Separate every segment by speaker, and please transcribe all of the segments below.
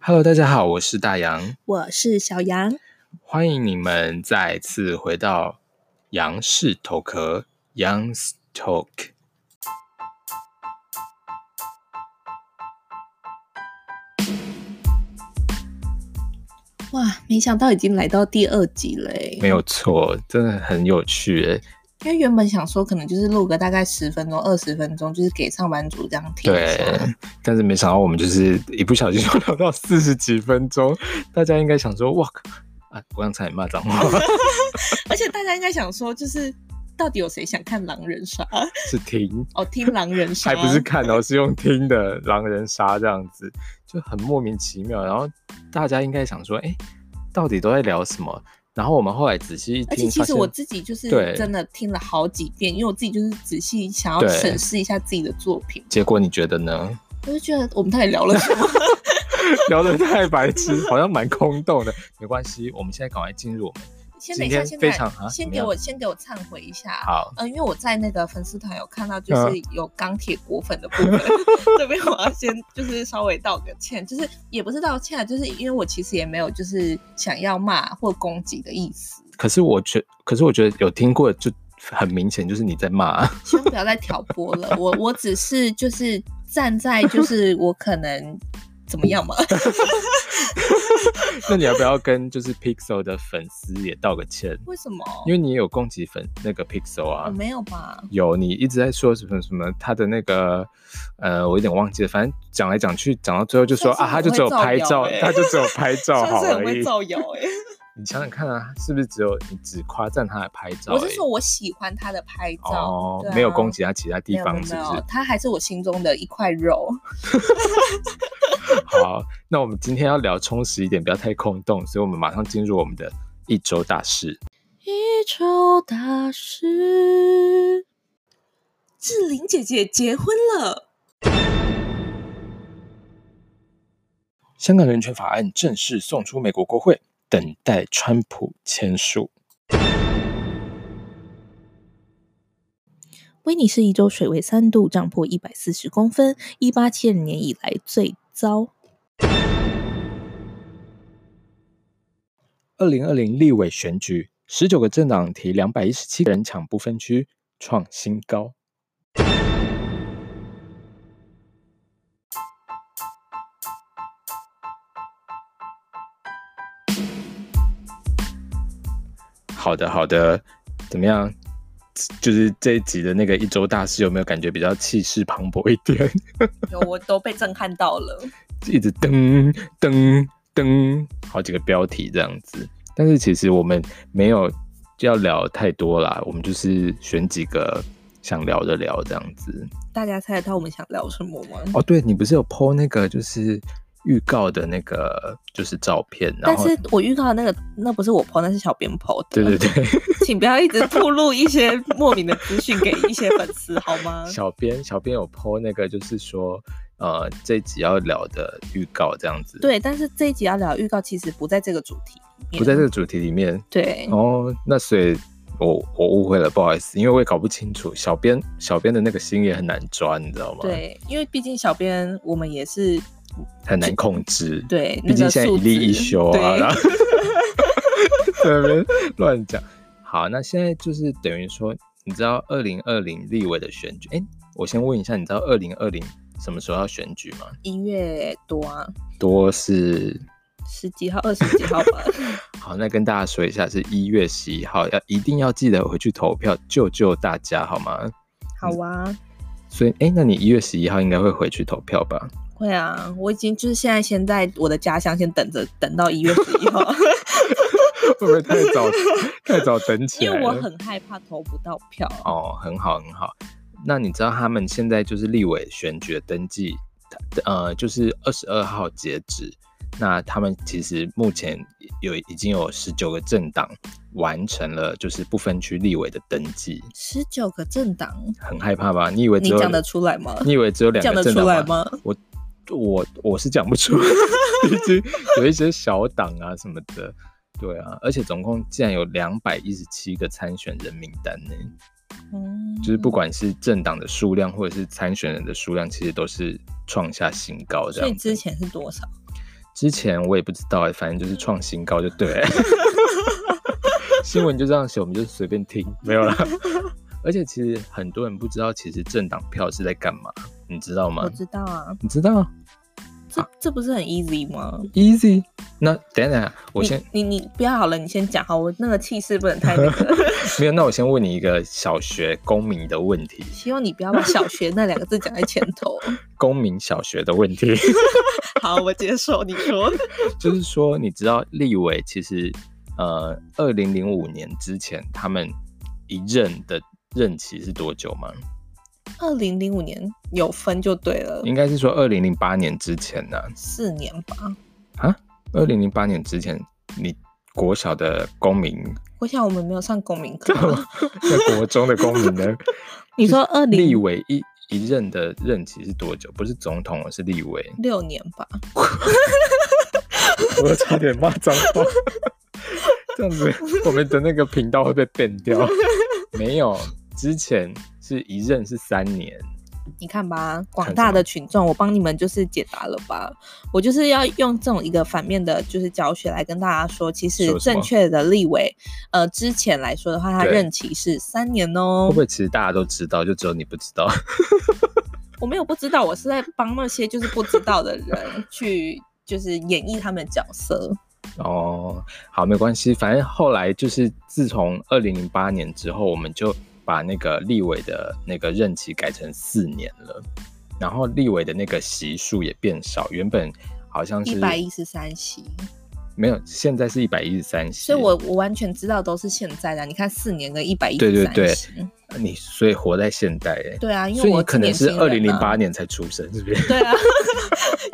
Speaker 1: Hello，大家好，我是大杨，
Speaker 2: 我是小杨，
Speaker 1: 欢迎你们再次回到杨氏头壳 Young's Talk。
Speaker 2: 哇，没想到已经来到第二集了诶
Speaker 1: 没有错，真的很有趣诶。
Speaker 2: 因为原本想说可能就是录个大概十分钟、二十分钟，就是给上班族这样听一
Speaker 1: 对
Speaker 2: 下。，
Speaker 1: 但是没想到我们就是一不小心就聊到四十几分钟，大家应该想说哇靠啊，我刚才骂脏话
Speaker 2: 而且大家应该想说，就是到底有谁想看狼人杀？
Speaker 1: 是听，
Speaker 2: 哦，听狼人杀，
Speaker 1: 还不是看哦，是用听的狼人杀这样子，就很莫名其妙。然后大家应该想说，哎、到底都在聊什么？然后我们后来仔细一
Speaker 2: 而且
Speaker 1: 听，
Speaker 2: 其
Speaker 1: 发
Speaker 2: 实
Speaker 1: 现
Speaker 2: 我自己就是
Speaker 1: 对
Speaker 2: 真的听了好几遍，因为我自己就是仔细想要
Speaker 1: 对
Speaker 2: 审视一下自己的作品，
Speaker 1: 结果你觉得呢？
Speaker 2: 我就觉得我们到底聊了什么？
Speaker 1: 聊得太白痴， 好像蛮空洞的。没关系，我们现在赶快进入我们
Speaker 2: 先等一
Speaker 1: 今
Speaker 2: 下，
Speaker 1: 天
Speaker 2: 现在
Speaker 1: 非常啊怎
Speaker 2: 先
Speaker 1: 么
Speaker 2: 给
Speaker 1: 样
Speaker 2: 我先给我忏悔一下。
Speaker 1: 好
Speaker 2: 嗯，因为我在那个粉丝团有看到，
Speaker 1: 嗯
Speaker 2: 就是有钢铁果粉的部分， 这边我要先就是稍微道个歉，就是也不是道歉啊，就是因为我其实也没有就是想要骂或攻击的意思，
Speaker 1: 可是我觉，可是我觉得有听过，就很明显就是你在骂。
Speaker 2: 希望不要再挑拨了。我我只是就是站在就是我可能怎么样嘛，
Speaker 1: 那你要不要跟就是 Pixel 的粉丝也道个歉？
Speaker 2: 为什么？
Speaker 1: 因为你也有攻击粉那个 Pixel
Speaker 2: 我
Speaker 1: 啊，
Speaker 2: 没有吧？
Speaker 1: 有你一直在说什么什么他的那个呃，我有点忘记了，反正讲来讲去讲到最后就说
Speaker 2: 算是
Speaker 1: 啊，他
Speaker 2: 很
Speaker 1: 就只有
Speaker 2: 会造
Speaker 1: 拍
Speaker 2: 谣
Speaker 1: 照，
Speaker 2: 欸
Speaker 1: 他就只有拍照
Speaker 2: 算
Speaker 1: 好
Speaker 2: 是很
Speaker 1: 而
Speaker 2: 会
Speaker 1: 已。
Speaker 2: 造谣哎、
Speaker 1: 你想想看啊，是不是只有你只夸赞他的拍照而已？
Speaker 2: 我是说我喜欢他的拍照，
Speaker 1: 哦
Speaker 2: 对，啊
Speaker 1: 没有攻击他其他地
Speaker 2: 没有
Speaker 1: 方，
Speaker 2: 没
Speaker 1: 是不
Speaker 2: 有
Speaker 1: 是？
Speaker 2: 他还是我心中的一块肉。
Speaker 1: 好，那我们今天要聊充实一点，不要太空洞，所以我们马上进入我们的一周大事。
Speaker 2: 一周大事，志玲姐姐结婚了。
Speaker 1: 香港人权法案正式送出美国国会，等待川普签署。
Speaker 2: 威尼斯一周水位三度涨破一百四十公分，一八七零年以来最糟。
Speaker 1: 二零二零立委选举，十九个政党提两百一十七人抢不分区，创新高。好的，好的，怎么样？就是这一集的那个一周大事，有没有感觉比较气势磅礴一点？
Speaker 2: 有，我都被震撼到了。
Speaker 1: 一直噔噔噔好几个标题这样子。但是其实我们没有要聊太多啦，我们就是选几个想聊的聊这样子。
Speaker 2: 大家猜得到我们想聊什么吗？
Speaker 1: 哦，对你不是有 PO 那个就是预告的那个就是照片，然
Speaker 2: 但
Speaker 1: 后
Speaker 2: 是我预告的那个，那不是我 PO，那是小编 PO 的。
Speaker 1: 对对，对，
Speaker 2: 请不要一直吐露一些莫名的资讯给一些粉丝好吗？
Speaker 1: 小编小编有 PO 那个就是说呃这一集要聊的预告这样子，，
Speaker 2: 对，但是这一集要聊的预告，其实不在这个主题里面，
Speaker 1: 不在这个主题里面，
Speaker 2: 对，
Speaker 1: 哦，那所以我我误会了，不好意思，因为我也搞不清楚，小编小编的那个心也很难抓，你知道吗？，
Speaker 2: 对，因为毕竟小编我们也是
Speaker 1: 很难控制。，
Speaker 2: 对，
Speaker 1: 毕竟现在一例一休啊， 然后在那边乱讲。好，那现在就是等于说，你知道二零二零立委的选举？哎、我先问一下，你知道二零二零什么时候要选举吗？
Speaker 2: 一月多啊，
Speaker 1: 多是
Speaker 2: 十几号、二十几号 吧。
Speaker 1: 好，那跟大家说一下，是一月十一号，要一定要记得回去投票，救救大家好吗？
Speaker 2: 好啊，
Speaker 1: 所以，哎、那你一月十一号应该会回去投票 吧？
Speaker 2: 会啊，我已经就是现在先在我的家乡先等着，等到一月十一 号，
Speaker 1: 会不会太早太早等起
Speaker 2: 因
Speaker 1: 来
Speaker 2: 为我
Speaker 1: 了？
Speaker 2: 很害怕投不到票。
Speaker 1: 哦，很好很好。那你知道他们现在就是立委选举的登记，呃，就是二十二号截止。那他们其实目前有已经有十九个政党完成了就是不分区立委的登记，
Speaker 2: 十九个政党，
Speaker 1: 很害怕吧？你以为只
Speaker 2: 你
Speaker 1: 有
Speaker 2: 讲得出来吗？
Speaker 1: 你以为只有两
Speaker 2: 讲
Speaker 1: 个
Speaker 2: 得
Speaker 1: 政
Speaker 2: 出
Speaker 1: 党
Speaker 2: 来吗？
Speaker 1: 我我我是讲不出， 已经有一些小党啊什么的，对啊，而且总共竟然有两百一十七个参选人名单呢，
Speaker 2: 嗯
Speaker 1: 就是不，管是政党的数量或者是参选人的数量，其实都是创下新高这
Speaker 2: 所以
Speaker 1: 样子。
Speaker 2: 之前是多少？
Speaker 1: 之前我也不知道哎、反正就是创新高就对了、
Speaker 2: 嗯
Speaker 1: 新闻就这样写，我们就随便听，没有 啦。而且其实很多人不知道，其实政党票是在干嘛，你知道吗
Speaker 2: 我？知道啊，
Speaker 1: 你知道
Speaker 2: 这这不是很 easy 吗？
Speaker 1: ？Easy。那等一下等一下，我先
Speaker 2: 你你你不要好了，你先讲好，我那个气势不能太那个。
Speaker 1: 没有，那我先问你一个小学公民的问题，
Speaker 2: 希望你不要把“小学”那两个字讲在前头。
Speaker 1: 公民小学的问题。
Speaker 2: 好，我接受你说的。
Speaker 1: 就是说，你知道立委其实，呃，二零零五年之前他们一任的任期是多久吗？
Speaker 2: 二零零五年有分就对了，
Speaker 1: 应该是说二零零八年之前呢、
Speaker 2: 四年吧。
Speaker 1: 二零零八年之前，你国小的公民，
Speaker 2: 我想我们没有上公民课。
Speaker 1: 在国中的公民呢？
Speaker 2: 你 说20
Speaker 1: 立委一一任的任期是多久？不是总统，哦而是立委。
Speaker 2: 六年吧，
Speaker 1: 我差点骂脏话。 这样子，我们的那个频道会被变掉。 没有，之前是一任是三年。
Speaker 2: 你看吧，
Speaker 1: 看
Speaker 2: 广
Speaker 1: 什
Speaker 2: 大
Speaker 1: 么
Speaker 2: 的群众，我帮你们就是解答了吧。我就是要用这种一个反面的，就是教学来跟大家说，其实
Speaker 1: 说什么
Speaker 2: 正确的立委，呃，之前来说的话，他
Speaker 1: 对
Speaker 2: 任期是三年
Speaker 1: 会
Speaker 2: 哦
Speaker 1: 不。会其实大家都知道，就只有你不知道？
Speaker 2: 我没有不知道，我是在帮那些就是不知道的人去就是演绎他们的角色。
Speaker 1: 哦，好，没关系，反正后来就是自从二零零八年之后，我们就把那个立委的那个任期改成四年了，然后立委的那个席数也变少，原本好像是
Speaker 2: 一百一十三席，
Speaker 1: 没有，现在是一百一十三席，
Speaker 2: 所以我我完全知道都是现在的。你看四年跟一百一
Speaker 1: 对对
Speaker 2: 十三
Speaker 1: 对
Speaker 2: 席，
Speaker 1: 啊你所以活在现代哎、
Speaker 2: 对啊，因
Speaker 1: 所
Speaker 2: 为
Speaker 1: 以
Speaker 2: 我
Speaker 1: 你可能
Speaker 2: 是
Speaker 1: 是
Speaker 2: 年
Speaker 1: 二
Speaker 2: 轻人
Speaker 1: 零零
Speaker 2: 啊
Speaker 1: 八年才出生，是不 是？
Speaker 2: 对啊，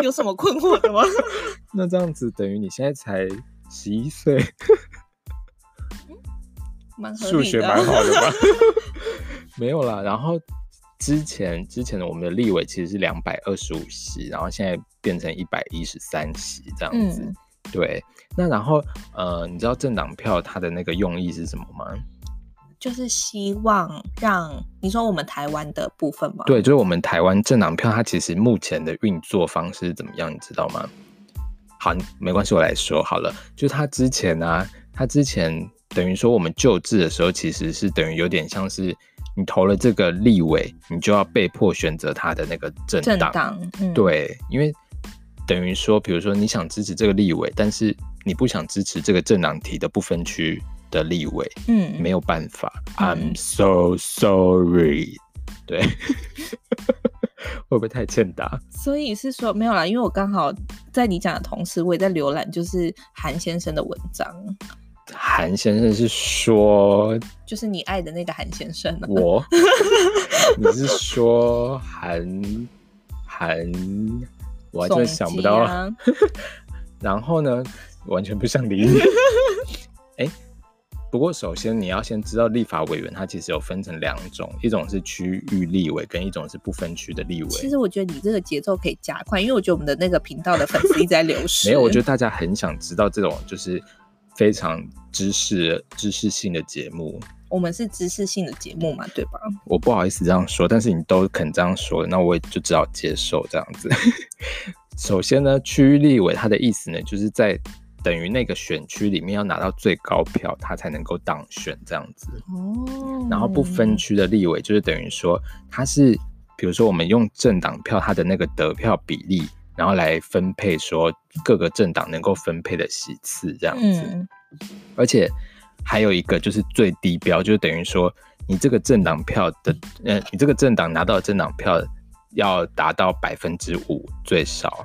Speaker 2: 有什么困惑的吗？
Speaker 1: 那这样子等于你现在才十一岁，
Speaker 2: 蛮合理的。
Speaker 1: 数学蛮好的 吧？没有啦，然后之前之前的我们的立委其实是两百二十五席，然后现在变成一百一十三席这样子。
Speaker 2: 嗯
Speaker 1: 对，那然后呃，你知道政党票它的那个用意是什么吗？
Speaker 2: 就是希望让你说我们台湾的部分嘛，，
Speaker 1: 对，就是我们台湾政党票，它其实目前的运作方式是怎么样，你知道吗？好，没关系，我来说好了。就是它之前啊，它之前等于说我们救治的时候，其实是等于有点像是你投了这个立委，你就要被迫选择他的那个政
Speaker 2: 政
Speaker 1: 党。
Speaker 2: 党，嗯，，
Speaker 1: 对，因为等于说，比如说你想支持这个立委，但是你不想支持这个政党提的不分区的立委，
Speaker 2: 嗯，
Speaker 1: 没有办法。
Speaker 2: 嗯
Speaker 1: I'm so sorry。对， 会不会太欠打？
Speaker 2: 所以是说没有啦，因为我刚好在你讲的同时，我也在浏览就是韩先生的文章，
Speaker 1: 韩先生是说
Speaker 2: 就是你爱的那个韩先生、啊，
Speaker 1: 我， 你是说韩韩？我还真的
Speaker 2: 宋
Speaker 1: 想不
Speaker 2: 基
Speaker 1: 到。
Speaker 2: 啊
Speaker 1: 然后呢，完全不想理你。 哎、不过首先你要先知道立法委员他其实有分成两种，一种是区域立委，跟一种是不分区的立委。
Speaker 2: 其实我觉得你这个节奏可以加快，因为我觉得我们的那个频道的粉丝一直在流 失。
Speaker 1: 没有，我觉得
Speaker 2: 得
Speaker 1: 大家很想知道这种就是非常知识知识性的节目。
Speaker 2: 我们是知识性的节目嘛，对吧？
Speaker 1: 我不好意思这样说，但是你都肯这样说，那我也就只好接受这样子。 首先呢，区域立委他的意思呢，就是在等于那个选区里面要拿到最高票，他才能够当选这样子。
Speaker 2: 哦
Speaker 1: 嗯然后不分区的立委就是等于说，他是比如说我们用政党票他的那个得票比例，然后来分配说各个政党能够分配的席次这样子。
Speaker 2: 嗯，
Speaker 1: 而且还有一个就是最低标，就是等于说你这个政党票的，呃，你这个政党拿到的政党票要达到百分之五最少，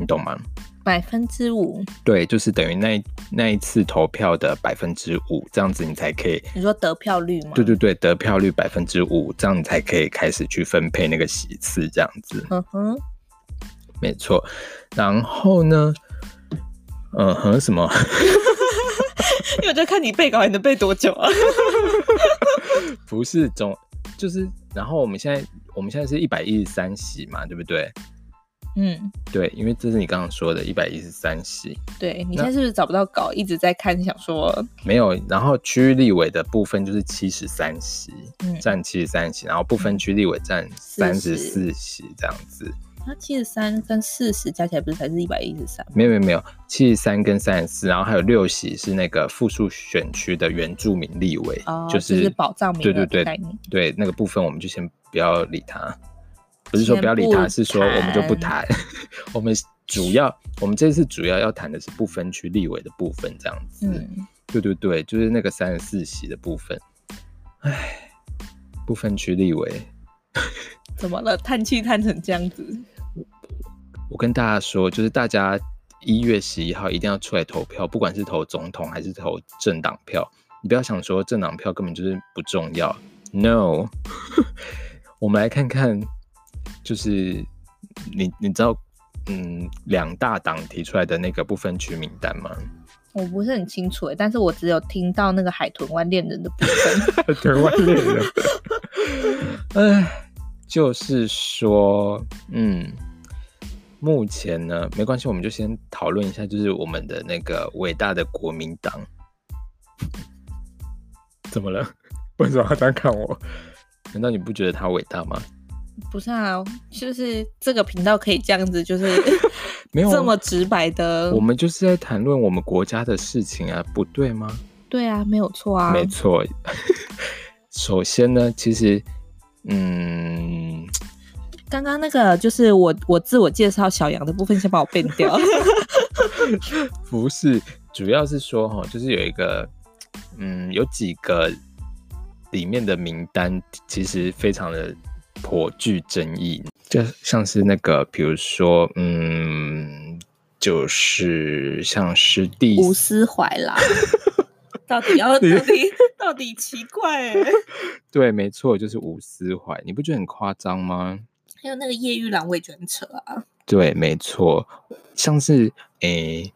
Speaker 1: 你懂吗？
Speaker 2: 百分之五，
Speaker 1: 对，就是等于那一那一次投票的百分之五，这样子你才可以
Speaker 2: 你说得票率吗？
Speaker 1: 对对对，得票率百分之五，这样你才可以开始去分配那个席次，这样子，
Speaker 2: 嗯哼，
Speaker 1: 没错。然后呢，嗯哼，什么？
Speaker 2: 因为我在看你背稿，你能背多久啊？
Speaker 1: 不是总就是，然后我们现在我们现在是一百一十三席嘛，对不对？
Speaker 2: 嗯，
Speaker 1: 对，因为这是你刚刚说的，一百一十三席
Speaker 2: 对你
Speaker 1: 那
Speaker 2: 现在是不是找不到稿，一直在看，想说，
Speaker 1: 没有，然后区域立委的部分就是七十三席，
Speaker 2: 嗯
Speaker 1: 占七十三席，然后不分区立委占三十
Speaker 2: 40
Speaker 1: 四席这样子。
Speaker 2: 那啊七十三跟四十加起来不是才是一百一十三？
Speaker 1: 没有没有没有，七十三跟三十四，然后还有六席是那个复数选区的原住民立委，
Speaker 2: 哦
Speaker 1: 是
Speaker 2: 就是保障名额
Speaker 1: 对
Speaker 2: 的
Speaker 1: 对
Speaker 2: 概
Speaker 1: 对
Speaker 2: 念
Speaker 1: 对，那个部分我们就先不要理它，不是说不要理它，
Speaker 2: 先不
Speaker 1: 是说我们就不
Speaker 2: 谈
Speaker 1: 谈。 我们主要我们这次主要要谈的是不分区立委的部分，这样子。
Speaker 2: 嗯，
Speaker 1: 对对对，就是那个三十四席的部分。唉，不分区立委，
Speaker 2: 怎么了？叹气叹成这样子，
Speaker 1: 我跟大家说，就是大家一月十一号一定要出来投票，不管是投总统还是投政党票，你不要想说政党票根本就是不重要。No，我们来看看，就是你你知道，嗯，两大党提出来的那个不分区名单吗？
Speaker 2: 我不是很清楚哎，但是我只有听到那个海豚湾恋人的部 分，
Speaker 1: 对外面 人。唉，就是说，嗯，目前呢，没关系，我们就先讨论一下，就是我们的那个伟大的国民党，怎么了？ 为什么要这样看我？难道你不觉得他伟大吗？
Speaker 2: 不是啊，就是这个频道可以这样子，就是
Speaker 1: 没有啊
Speaker 2: 这么直白的
Speaker 1: 我，们就是在谈论我们国家的事情啊，不对吗？
Speaker 2: 对啊，没有错啊，
Speaker 1: 没错。 首先呢，其实，嗯，
Speaker 2: 刚刚那个就是我我自我介绍小杨的部分，先把我变 掉。
Speaker 1: 不是，主要是说哈，就是有一个，嗯，有几个里面的名单其实非常的颇具争议，就像是那个，比如说，嗯，就是像是第
Speaker 2: 吴思怀啦， 到底要到
Speaker 1: 你
Speaker 2: 底到底奇怪哎、
Speaker 1: 对，没错，就是吴思怀，你不觉得很夸张吗？
Speaker 2: 还有那个叶玉兰，我也觉得很扯啊。
Speaker 1: 对，没错，像是诶，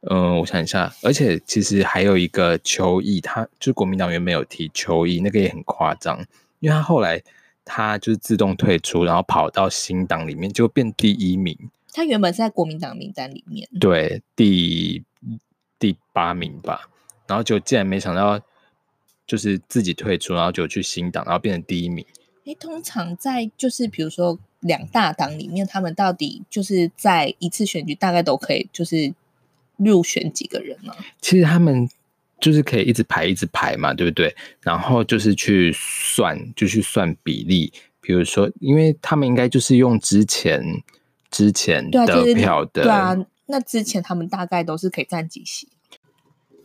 Speaker 1: 嗯、我想一下，而且其实还有一个邱毅，他就是国民党原本有提邱毅，那个也很夸张，因为他后来他就是自动退出，然后跑到新党里面，就变第一名，
Speaker 2: 他原本是在国民党名单里面，
Speaker 1: 对，第第八名吧，然后就竟然没想到就是自己退出，然后就去新党，然后变成第一名。
Speaker 2: 哎，通常在就是比如说两大党里面，他们到底就是在一次选举大概都可以就是入选几个人呢、
Speaker 1: 其实他们就是可以一直排一直排嘛，对不对？然后就是去算，就去算比例。比如说，因为他们应该就是用之前之前
Speaker 2: 对啊，就
Speaker 1: 得
Speaker 2: 是
Speaker 1: 票的，
Speaker 2: 对啊，那之前他们大概都是可以占几席。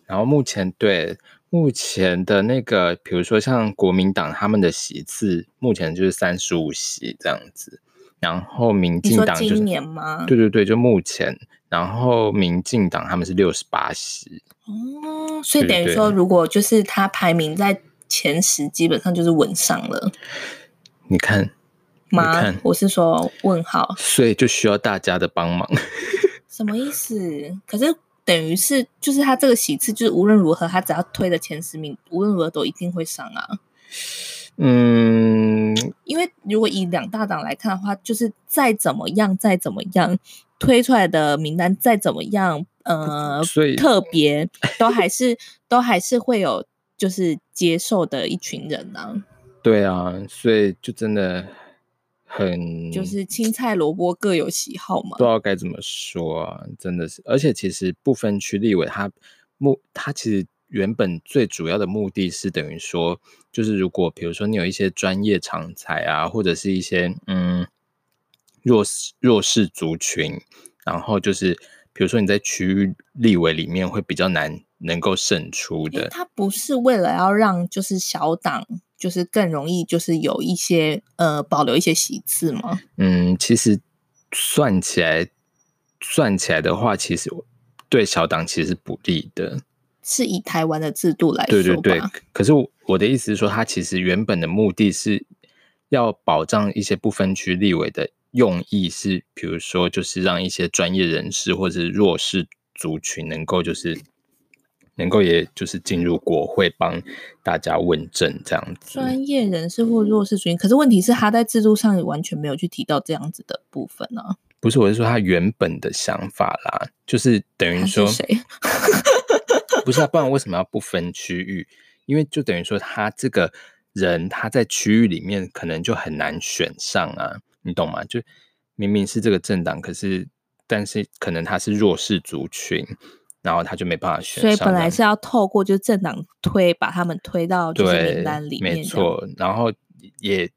Speaker 1: 然后目前对目前的那个，比如说像国民党他们的席次，目前就是三十五席这样子。然后民
Speaker 2: 你
Speaker 1: 进
Speaker 2: 说
Speaker 1: 党就是
Speaker 2: 今年吗
Speaker 1: 对对对，就目前。然后民进党他们是六十八席，
Speaker 2: 哦，所以
Speaker 1: 对
Speaker 2: 等于
Speaker 1: 对
Speaker 2: 说，如果就是他排名在前十，基本上就是稳上了
Speaker 1: 你看，你
Speaker 2: 吗
Speaker 1: 看？，
Speaker 2: 我是说问号，
Speaker 1: 所以就需要大家的帮忙。
Speaker 2: 什么意思？可是等于是就是他这个喜次，就是无论如何，他只要推的前十名，无论如何都一定会上啊。
Speaker 1: 嗯，
Speaker 2: 因为如果以两大党来看的话，就是再怎么样，再怎么样推出来的名单，再怎么样，呃，
Speaker 1: 嗯所以
Speaker 2: 特别都还是都还是会有就是接受的一群人呢、啊。
Speaker 1: 对啊，所以就真的很
Speaker 2: 就是青菜萝卜各有喜好嘛
Speaker 1: 不知。道该怎么说啊，真的是。而且其实不分区立委他目他其实原本最主要的目的是等于说，就是如果比如说你有一些专业常才啊，或者是一些嗯弱势弱势族群，然后就是比如说你在区域立委里面会比较难能够胜出
Speaker 2: 诶
Speaker 1: 的，
Speaker 2: 他不是为了要让就是小党就是更容易就是有一些呃保留一些席次吗？
Speaker 1: 嗯，其实算起来，算起来的话，其实我对小党其实是不利的。
Speaker 2: 是以台湾的制度来说
Speaker 1: 对
Speaker 2: 吧，
Speaker 1: 对对，可是我我的意思是说，它其实原本的目的是要保障一些不分区立委的用意是，比如说就是让一些专业人士或者是弱势族群能够就是能够也就是进入国会帮大家问政这样子。
Speaker 2: 专业人士或弱势族群，可是问题是他在制度上也完全没有去提到这样子的部分呢、啊。
Speaker 1: 不是，我是说他原本的想法啦，就是等于
Speaker 2: 他是
Speaker 1: 说
Speaker 2: 谁？
Speaker 1: 不是啊，不然为什么要不分区域？因为就等于说他这个人他在区域里面可能就很难选上啊，你懂吗？就明明是这个政党，可是但是可能他是弱势族群，然后他就没办法选
Speaker 2: 所以
Speaker 1: 上
Speaker 2: 本
Speaker 1: 这
Speaker 2: 来
Speaker 1: 样
Speaker 2: 是要透过就是政党推把他们推到就是
Speaker 1: 对，
Speaker 2: 名单里面，
Speaker 1: 没，错。然后也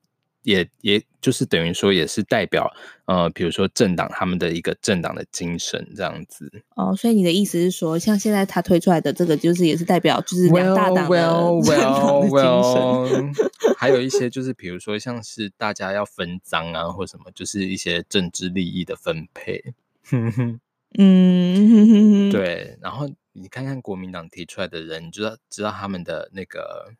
Speaker 1: 也也就是等于说，也是代表呃，比如说政党他们的一个政党的精神这样子。
Speaker 2: 哦，所以你的意思是说，像现在他推出来的这个，就是也是代表就是两大党的
Speaker 1: well,
Speaker 2: 政党的
Speaker 1: well,
Speaker 2: 精神
Speaker 1: well, well 还有一些就是比如说像是大家要分赃啊，或什么，就是一些政治利益的分配。
Speaker 2: 嗯，，
Speaker 1: 对，然后你看看国民党提出来的人，你知道知道他们的那个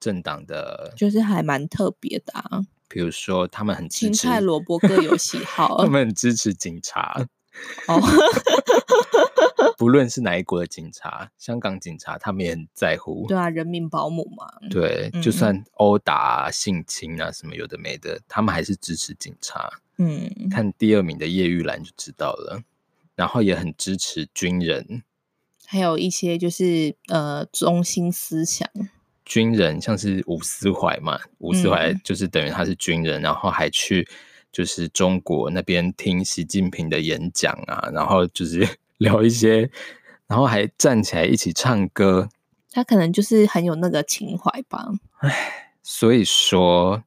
Speaker 1: 政党的，
Speaker 2: 就是还蛮特别的、啊，
Speaker 1: 比如说他们很支
Speaker 2: 青
Speaker 1: 持
Speaker 2: 菜萝卜各有喜好
Speaker 1: 他们很支持警察，
Speaker 2: 哦。
Speaker 1: 不论是哪一国的警察，香港警察他们也很在乎。
Speaker 2: 对啊，人民保姆嘛，
Speaker 1: 对，
Speaker 2: 嗯
Speaker 1: 就
Speaker 2: 嗯
Speaker 1: 算殴打啊、性侵啊什么有的没的，他们还是支持警察。
Speaker 2: 嗯，
Speaker 1: 看第二名的叶玉兰就知道了，然后也很支持军人。
Speaker 2: 还有一些就是呃中心思想，
Speaker 1: 军人像是伍思怀嘛，伍思怀
Speaker 2: 嗯
Speaker 1: 就是等于他是军人，然后还去就是中国那边听习近平的演讲啊，然后就是 聊一些，然后还站起来一起唱歌，
Speaker 2: 他可能就是很有那个情怀吧。
Speaker 1: 所以说，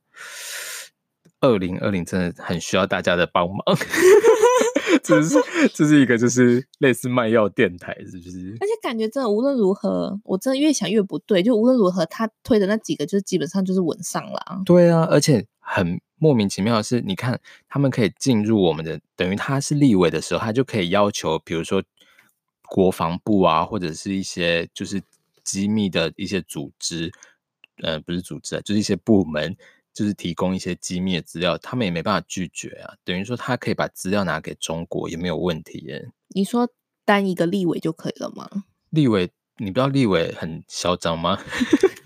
Speaker 1: 二零二零真的很需要大家的帮忙。 这是这是一个就是类似卖药电台，是不是？
Speaker 2: 而且感觉真的无论如何，我真的越想越不对，就无论如何他推的那几个就是基本上就是稳上了啊。
Speaker 1: 对啊，而且很莫名其妙的是，你看他们可以进入我们的，等于他是立委的时候，他就可以要求，比如说国防部啊，或者是一些就是机密的一些组织，呃，不是组织啊，就是一些部门。就是提供一些机密的资料，他们也没办法拒绝啊。等于说，他可以把资料拿给中国也没有问题耶。
Speaker 2: 你说单一个立委就可以了吗？
Speaker 1: 立委，你不知道立委很嚣张吗？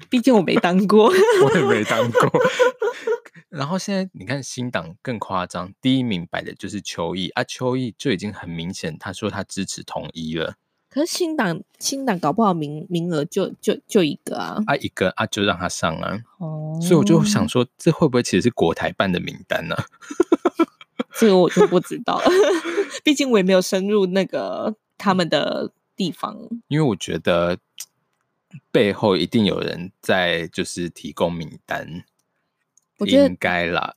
Speaker 2: 毕竟我没当过。
Speaker 1: 我也没当过。然后现在你看新党更夸张，第一名摆的就是邱毅啊，邱毅就已经很明显，他说他支持统一了
Speaker 2: 可是新党新党搞不好名名额就就就一个啊。
Speaker 1: 啊，一个啊就让他上啊，
Speaker 2: 哦
Speaker 1: 所以我就想，说，这会不会其实是国台办的名单呢、
Speaker 2: 这个我就不知道了， 毕竟我也没有深入那个他们的地方。
Speaker 1: 因为我觉得背后一定有人在就是提供名单，
Speaker 2: 我觉得
Speaker 1: 应该啦。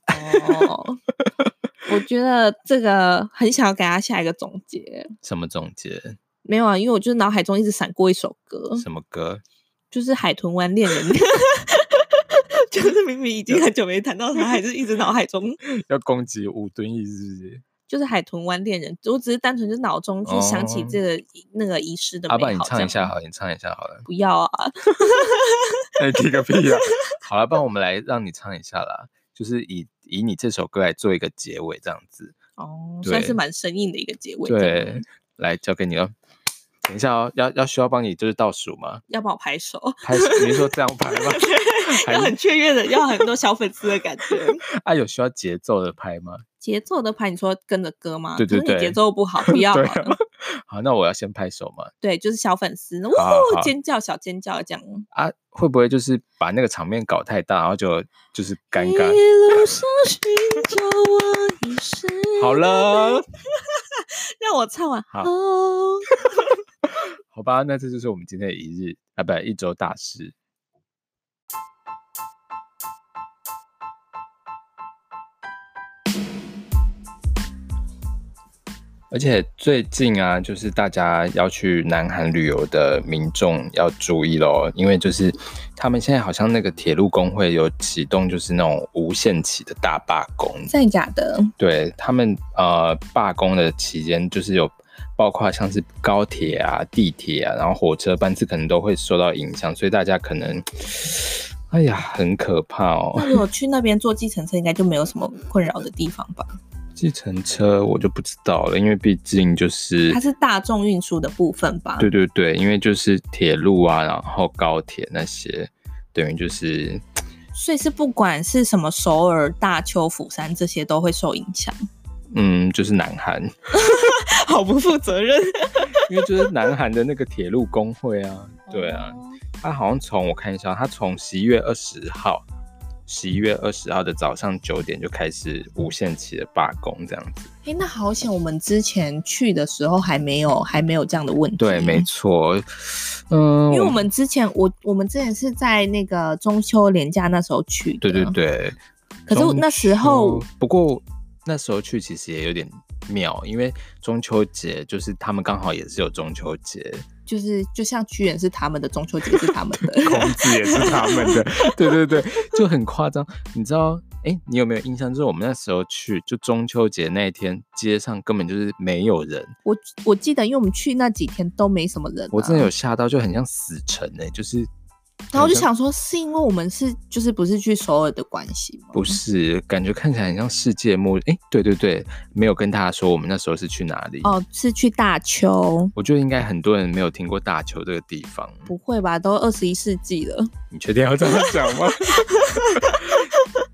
Speaker 2: 哦， 我觉得这个很想要给他下一个总结。
Speaker 1: 什么总结？
Speaker 2: 没有啊，因为我就是脑海中一直闪过一首歌，
Speaker 1: 什么歌？
Speaker 2: 就是《海豚湾恋人》。 就是明明已经很久没谈到他，还是一直脑海中
Speaker 1: 要攻击吴敦义是不是？
Speaker 2: 就是《海豚湾恋人》，我只是单纯就脑中就是想起
Speaker 1: 哦
Speaker 2: 这个、那个遗失的
Speaker 1: 阿
Speaker 2: 美好。
Speaker 1: 爸，你唱一下
Speaker 2: 这样
Speaker 1: 好，你唱一下好了。
Speaker 2: 不要啊！
Speaker 1: 哎，提个屁 啊！好了，不然我们来让你唱一下啦，就是以以你这首歌来做一个结尾，这样子。
Speaker 2: 哦，算是
Speaker 1: 对
Speaker 2: 蛮生硬的一个结尾。
Speaker 1: 对，，来交给你了。等一下哦，要要需要帮你就是倒数吗？
Speaker 2: 要帮我拍手，？
Speaker 1: 拍手，你是说这样拍吗
Speaker 2: 要
Speaker 1: 还
Speaker 2: 很
Speaker 1: 是
Speaker 2: 雀跃的，要很多小粉丝的感觉。
Speaker 1: 啊？有需要节奏的拍吗？
Speaker 2: 节奏的拍，你说跟着歌吗？
Speaker 1: 对对
Speaker 2: 可是你节
Speaker 1: 对
Speaker 2: 奏不好， 不要
Speaker 1: 对
Speaker 2: 嘛。
Speaker 1: 啊。好，那我要先拍手嘛。
Speaker 2: 对，就是小粉丝，哇
Speaker 1: 好
Speaker 2: 哦
Speaker 1: 好
Speaker 2: 尖叫，小尖叫这样。
Speaker 1: 啊，会不会就是把那个场面搞太大，然后就就是尴尬？
Speaker 2: 一路上寻找我一生。
Speaker 1: 好，了，
Speaker 2: 让我唱完。
Speaker 1: 好
Speaker 2: 哦
Speaker 1: 好吧，那这就是我们今天的一日啊，不，一周大事。而且最近啊，就是大家要去南韩旅游的民众要注意喽，因为就是他们现在好像那个铁路工会有启动就是那种无限期的大罢工，
Speaker 2: 真的假的？
Speaker 1: 对他们呃罢工的期间，就是有包括像是高铁啊、地铁啊，然后火车班次可能都会受到影响，所以大家可能，哎呀，很可怕哦
Speaker 2: 那。如果去那边坐计程车，应该就没有什么困扰的地方吧？
Speaker 1: 计程车我就不知道了，因为毕竟就是
Speaker 2: 它是大众运输的部分吧？
Speaker 1: 对对对，因为就是铁路啊，然后高铁那些，等于就是
Speaker 2: 所以是不管是什么首尔、大邱、釜山这些都会受影响，
Speaker 1: 嗯，就是南韩，
Speaker 2: 好不负责任。
Speaker 1: 因为就是南韩的那个铁路工会啊，对啊，
Speaker 2: 哦，
Speaker 1: 他好像从我看一下，他从十一月二十号十一月二十号的早上九点就开始无限期的罢工，这样子。
Speaker 2: 哎，那好险，我们之前去的时候还没有还没有这样的问题。
Speaker 1: 对，没错，嗯，
Speaker 2: 因为我们之前我我们之前是在那个中秋连假那时候去的，
Speaker 1: 对对。对。
Speaker 2: 啊可是
Speaker 1: 中
Speaker 2: 那时候
Speaker 1: 秋，不过那时候去其实也有点妙，因为中秋节就是他们刚好也是有中秋 节，
Speaker 2: 就是就像屈原是他们的，中秋节是他们的，
Speaker 1: 孔子也是他们的，对对对，就很夸张。你知道，哎、你有没有印象？就是我们那时候去，就中秋节那一天，街上根本就是没有人，
Speaker 2: 我我记得，因为我们去那几天都没什么人、啊
Speaker 1: 我真的有。吓到，就很像死城哎、就是。
Speaker 2: 嗯然后我就
Speaker 1: 很像，
Speaker 2: 想说，是因为我们是就是不是去首尔的关系吗？
Speaker 1: 不是，感觉看起来很像世界末日。哎、对对对，没有跟大家说我们那时候是去哪里。
Speaker 2: 哦，是去大邱？
Speaker 1: 我觉得应该很多人没有听过大邱这个地方。
Speaker 2: 不会吧？都二十一世纪了，
Speaker 1: 你确定要这样讲 吗？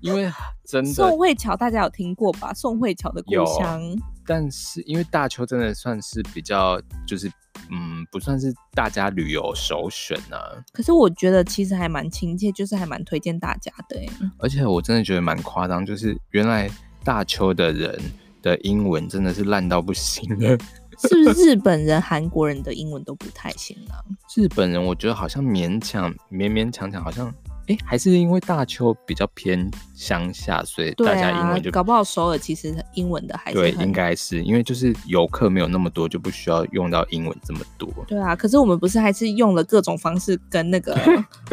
Speaker 1: 因为真的
Speaker 2: 宋慧乔大家有听过吧？宋慧乔的故
Speaker 1: 有
Speaker 2: 乡，
Speaker 1: 但是因为大邱真的算是比较就是嗯，不算是大家旅游首选啊呢、
Speaker 2: 可是我觉得其实还蛮亲切，就是还蛮推荐大家的欸。
Speaker 1: 而且我真的觉得蛮夸张，就是原来大邱的人的英文真的是烂到不行的。
Speaker 2: 是不是日本人、韩国人的英文都不太行啊？
Speaker 1: 日本人我觉得好像勉强勉勉强强好像。哎，还是因为大邱比较偏乡下，所以
Speaker 2: 对
Speaker 1: 大家英
Speaker 2: 啊
Speaker 1: 文就，
Speaker 2: 搞不好首尔其实英文的还是
Speaker 1: 对，
Speaker 2: 很
Speaker 1: 应该是因为就是游客没有那么多，就不需要用到英文这么多。
Speaker 2: 对啊，可是我们不是还是用了各种方式跟那 个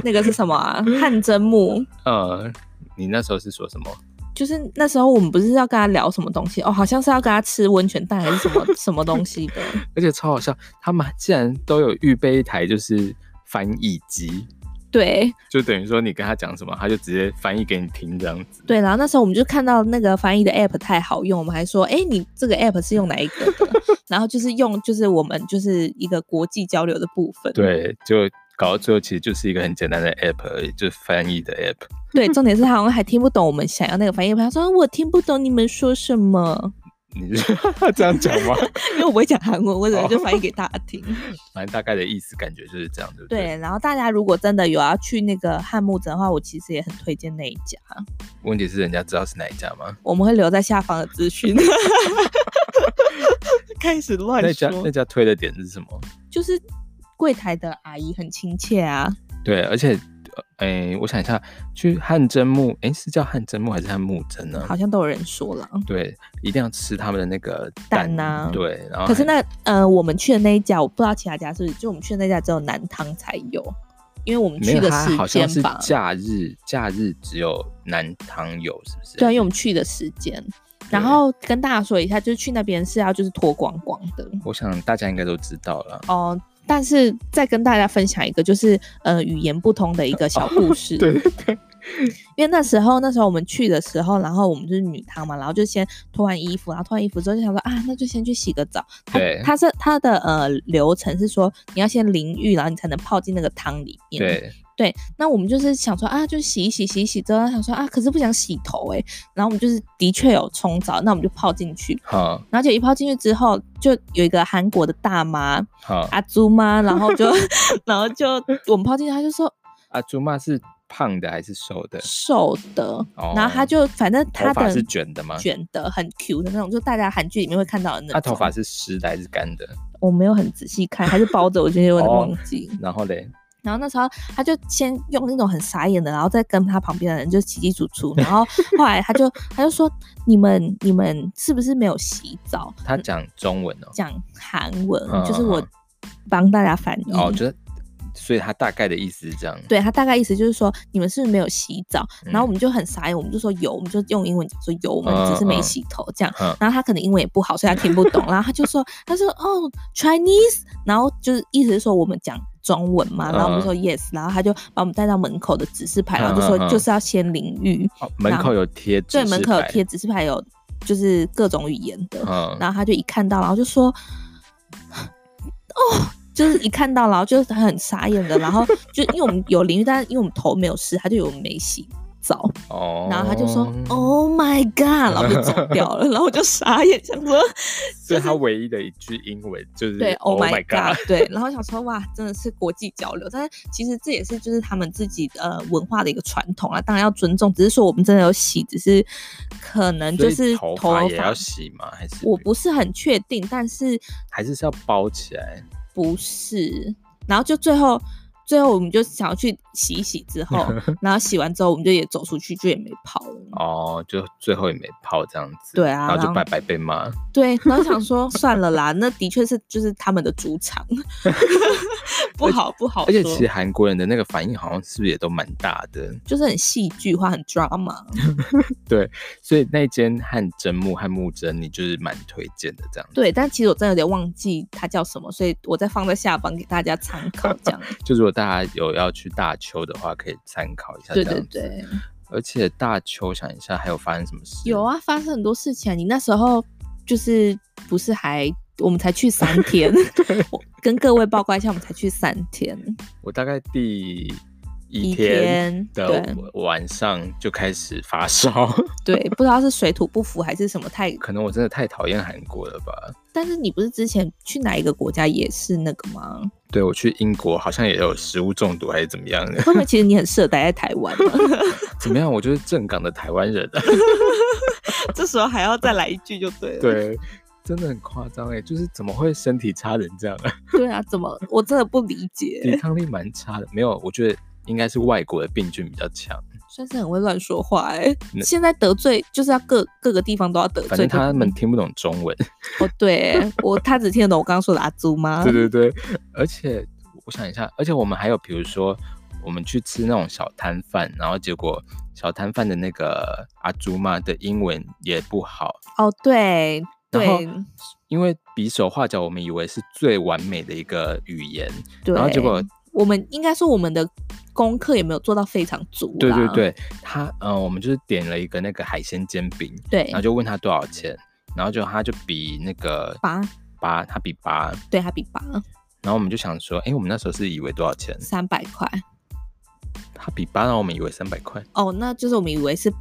Speaker 2: 那个是什么啊？汗蒸木，
Speaker 1: 呃，你那时候是说什么？
Speaker 2: 就是那时候我们不是要跟他聊什么东西哦，好像是要跟他吃温泉蛋还是什么什么东 西的。
Speaker 1: 而且超好笑，他们竟然都有预备一台就是翻译机，
Speaker 2: 对
Speaker 1: 就等于说你跟他讲什么，他就直接翻译给你听这样子。
Speaker 2: 对，然后那时候我们就看到那个翻译的 app 太好用，我们还说，哎，你这个 app 是用哪一个的？ 然后就是用就是我们就是一个国际交流的部分。
Speaker 1: 对，就搞到最后其实就是一个很简单的 app 而已，就是翻译的 app。
Speaker 2: 对，重点是他好像还听不懂我们想要那个翻译，他说哦我听不懂你们说什么，
Speaker 1: 你是 这样讲吗？
Speaker 2: 因为我不会讲韩文，我只能就翻译给大家听。
Speaker 1: 反正大概的意思感觉就是这样，对不对？
Speaker 2: 对，然后大家如果真的有要去那个汉墓镇的话，我其实也很推荐那一家，
Speaker 1: 问题是人家知道是哪一家吗？
Speaker 2: 我们会留在下方的资讯。 开始
Speaker 1: 那
Speaker 2: 乱
Speaker 1: 家
Speaker 2: 说
Speaker 1: 那，家推的点是什么？
Speaker 2: 就是柜台的阿姨很亲切啊，
Speaker 1: 对，而且。哎、我想一下，去汗蒸木，哎、是叫汗蒸木还是汗木蒸呢？
Speaker 2: 好像都有人说了。
Speaker 1: 对，一定要吃他们的那个
Speaker 2: 蛋啊
Speaker 1: 对，然后
Speaker 2: 可是
Speaker 1: 还
Speaker 2: 那呃，我们去的那一家，我不知道其他家是不是，就我们去的那家只有南汤才有，因为我们
Speaker 1: 没
Speaker 2: 去
Speaker 1: 有
Speaker 2: 的
Speaker 1: 它好
Speaker 2: 时
Speaker 1: 像
Speaker 2: 间
Speaker 1: 是
Speaker 2: 吧，
Speaker 1: 假日，假日只有南汤有，是不是？
Speaker 2: 对啊，因为我们去的时间。然
Speaker 1: 对
Speaker 2: 后跟大家说一下，就是去那边是要就是脱光光的，
Speaker 1: 我想大家应该都知道了。
Speaker 2: 哦，但是再跟大家分享一个，就是呃语言不通的一个小故 事。
Speaker 1: 对对对，
Speaker 2: 因为那时候那时候我们去的时候，然后我们就是女汤嘛，然后就先脱完衣服，然后脱完衣服之后就想说啊，那就先去洗个澡。它
Speaker 1: 对
Speaker 2: 它是它的呃流程是说你要先淋浴，然后你才能泡进那个汤里面。
Speaker 1: 对
Speaker 2: 对，那我们就是想说啊，就洗一洗，洗一洗之后想说啊，可是不想洗头哎、然后我们就是的确有冲澡，那我们就泡进去，
Speaker 1: 好
Speaker 2: 然后就一泡进去之后，就有一个韩国的大妈，
Speaker 1: 好，
Speaker 2: 阿 朱吗？然后就， 然后就我们泡进去，他就说
Speaker 1: 阿朱妈啊是胖的还是瘦的？
Speaker 2: 瘦的，
Speaker 1: 哦
Speaker 2: 然后他就反正他
Speaker 1: 头发
Speaker 2: 的
Speaker 1: 是卷的吗？
Speaker 2: 卷的很 Q 的那种，就大家韩剧里面会看到的那种。
Speaker 1: 他头发是湿的还是干的？
Speaker 2: 我没有很仔细看，还是包着，我觉得有点
Speaker 1: 哦
Speaker 2: 忘记。
Speaker 1: 然后嘞，
Speaker 2: 然后那时候他就先用那种很傻眼的，然后再跟他旁边的人就起起楚 楚，然后后来他就他就说你们你们是不是没有洗澡？
Speaker 1: 他讲中文哦，
Speaker 2: 讲韩文，
Speaker 1: 嗯
Speaker 2: 就是
Speaker 1: 嗯
Speaker 2: 我
Speaker 1: 嗯
Speaker 2: 帮大家翻译。
Speaker 1: 哦，就是，所以他大概的意思是这样。
Speaker 2: 嗯对他大概意思就是说，你们是不是没有洗澡？
Speaker 1: 嗯
Speaker 2: 然后我们就很傻眼，我们就说有，我们就用英文讲说有，我们只是没洗头这样。
Speaker 1: 嗯嗯
Speaker 2: 然后他可能英文也不好，所以他听不懂。然后他就说，他说哦 Chinese，然后就是意思是说我们讲中文嘛。然后我们就说 yes，然后他就把我们带到门口的指示牌，然后
Speaker 1: 嗯
Speaker 2: 就
Speaker 1: 嗯
Speaker 2: 说
Speaker 1: 嗯
Speaker 2: 就是要先淋浴。
Speaker 1: 哦，门口有贴指
Speaker 2: 对，
Speaker 1: 示
Speaker 2: 门口有
Speaker 1: 牌，
Speaker 2: 贴指示牌，有就是各种语言的。
Speaker 1: 嗯，
Speaker 2: 然后他就一看到，然后就说：“ 哦，就是一看到，然后就是他很傻眼的，然后就因为我们有淋浴，但是因为我们头没有湿，他就以为我们没洗早，
Speaker 1: 哦，
Speaker 2: 然后他就说 “Oh my god”，然后就走掉了，然后我就 傻眼，想说
Speaker 1: 所以他唯一的一句英文就是
Speaker 2: 对
Speaker 1: Oh
Speaker 2: my
Speaker 1: my God，
Speaker 2: 对，然后想说哇，真的是国际交流，但是其实这也是就是他们自己呃文化的一个传统啊，当然要尊重，只是说我们真的有洗，只是可能 就
Speaker 1: 所以
Speaker 2: 是
Speaker 1: 头
Speaker 2: 发
Speaker 1: 发也要洗吗？还是
Speaker 2: 我不是很确定，但是
Speaker 1: 还是是要包起来？
Speaker 2: 不是，然后就最后。最后我们就想要去洗一洗，之 后，然后洗完之后我们就也走出去，就也没跑了。
Speaker 1: 哦，就最后也没泡这样子，
Speaker 2: 对
Speaker 1: 然
Speaker 2: 啊
Speaker 1: 后
Speaker 2: 然
Speaker 1: 就
Speaker 2: 后
Speaker 1: 白白被骂。
Speaker 2: 对，然后想说算了啦，那的确是就是他们的主 场，不好不好
Speaker 1: 而且
Speaker 2: 哦说
Speaker 1: 其实韩国人的那个反应好像是不是也都蛮大的？
Speaker 2: 就是很戏剧化，很 drama。
Speaker 1: 所以那间汗蒸木和木蒸，你就是蛮推荐的这样。，
Speaker 2: 对，但其实我真的有点忘记它叫什么，所以我再放在下方给大家参 考。这样，
Speaker 1: 就如果大家有要去大邱的话，可以参考一下。
Speaker 2: 对对。对，
Speaker 1: 而且大邱，想一下还有发生什么事？
Speaker 2: 有，啊，发生很多事情啊。你那时候就是不是还我们才去三 天？我跟各位报告一下，我们才去三天，
Speaker 1: 我大概第一
Speaker 2: 一天
Speaker 1: 的晚上就开始发烧，
Speaker 2: 对，不知道是水土不服还是什么太，
Speaker 1: 可能我真的太讨厌韩国了吧。
Speaker 2: 但是你不是之前去哪一个国家也是那个吗？
Speaker 1: 对我去英国好像也有食物中毒还是怎么样 的？
Speaker 2: 会不会其实你很适合待在台湾啊呢？
Speaker 1: 怎么样？我就是正港的台湾人。 啊
Speaker 2: 这时候还要再来一句就对了。
Speaker 1: 对，真的很夸张哎，就是怎么会身体差成这样啊？
Speaker 2: 对啊，怎么我真的不理
Speaker 1: 抵
Speaker 2: 解，
Speaker 1: 抗力蛮差的。没有，我觉得应该是外国的病菌比较强，
Speaker 2: 算是很会乱说话哎、
Speaker 1: 那
Speaker 2: 现在得罪就是要各各个地方都要得
Speaker 1: 反正
Speaker 2: 罪
Speaker 1: 他们听不懂中文。
Speaker 2: 哦，对我他只听得懂我刚刚说的阿朱吗？
Speaker 1: 对对对，而且我想一下，而且我们还有比如说我们去吃那种小摊贩，然后结果小摊贩的那个阿朱妈的英文也不好，
Speaker 2: 哦，对
Speaker 1: 然后
Speaker 2: 对
Speaker 1: 因为比手画脚，我们以为是最完美的一个语言，
Speaker 2: 对，
Speaker 1: 然后结果
Speaker 2: 我们应该说我们的功课也没有做到非常足啦。
Speaker 1: 对对对，他呃，我们就是点了一个那个海鲜煎饼，
Speaker 2: 对
Speaker 1: 然后就问他多少钱，然后就他就比那个
Speaker 2: 八，
Speaker 1: 八，他比八，
Speaker 2: 对他比八
Speaker 1: 然后我们就想说，哎，我们那时候是以为多少钱？
Speaker 2: 三百块
Speaker 1: 他比八，然后我们以为三百块，
Speaker 2: 哦，那就是我们以为是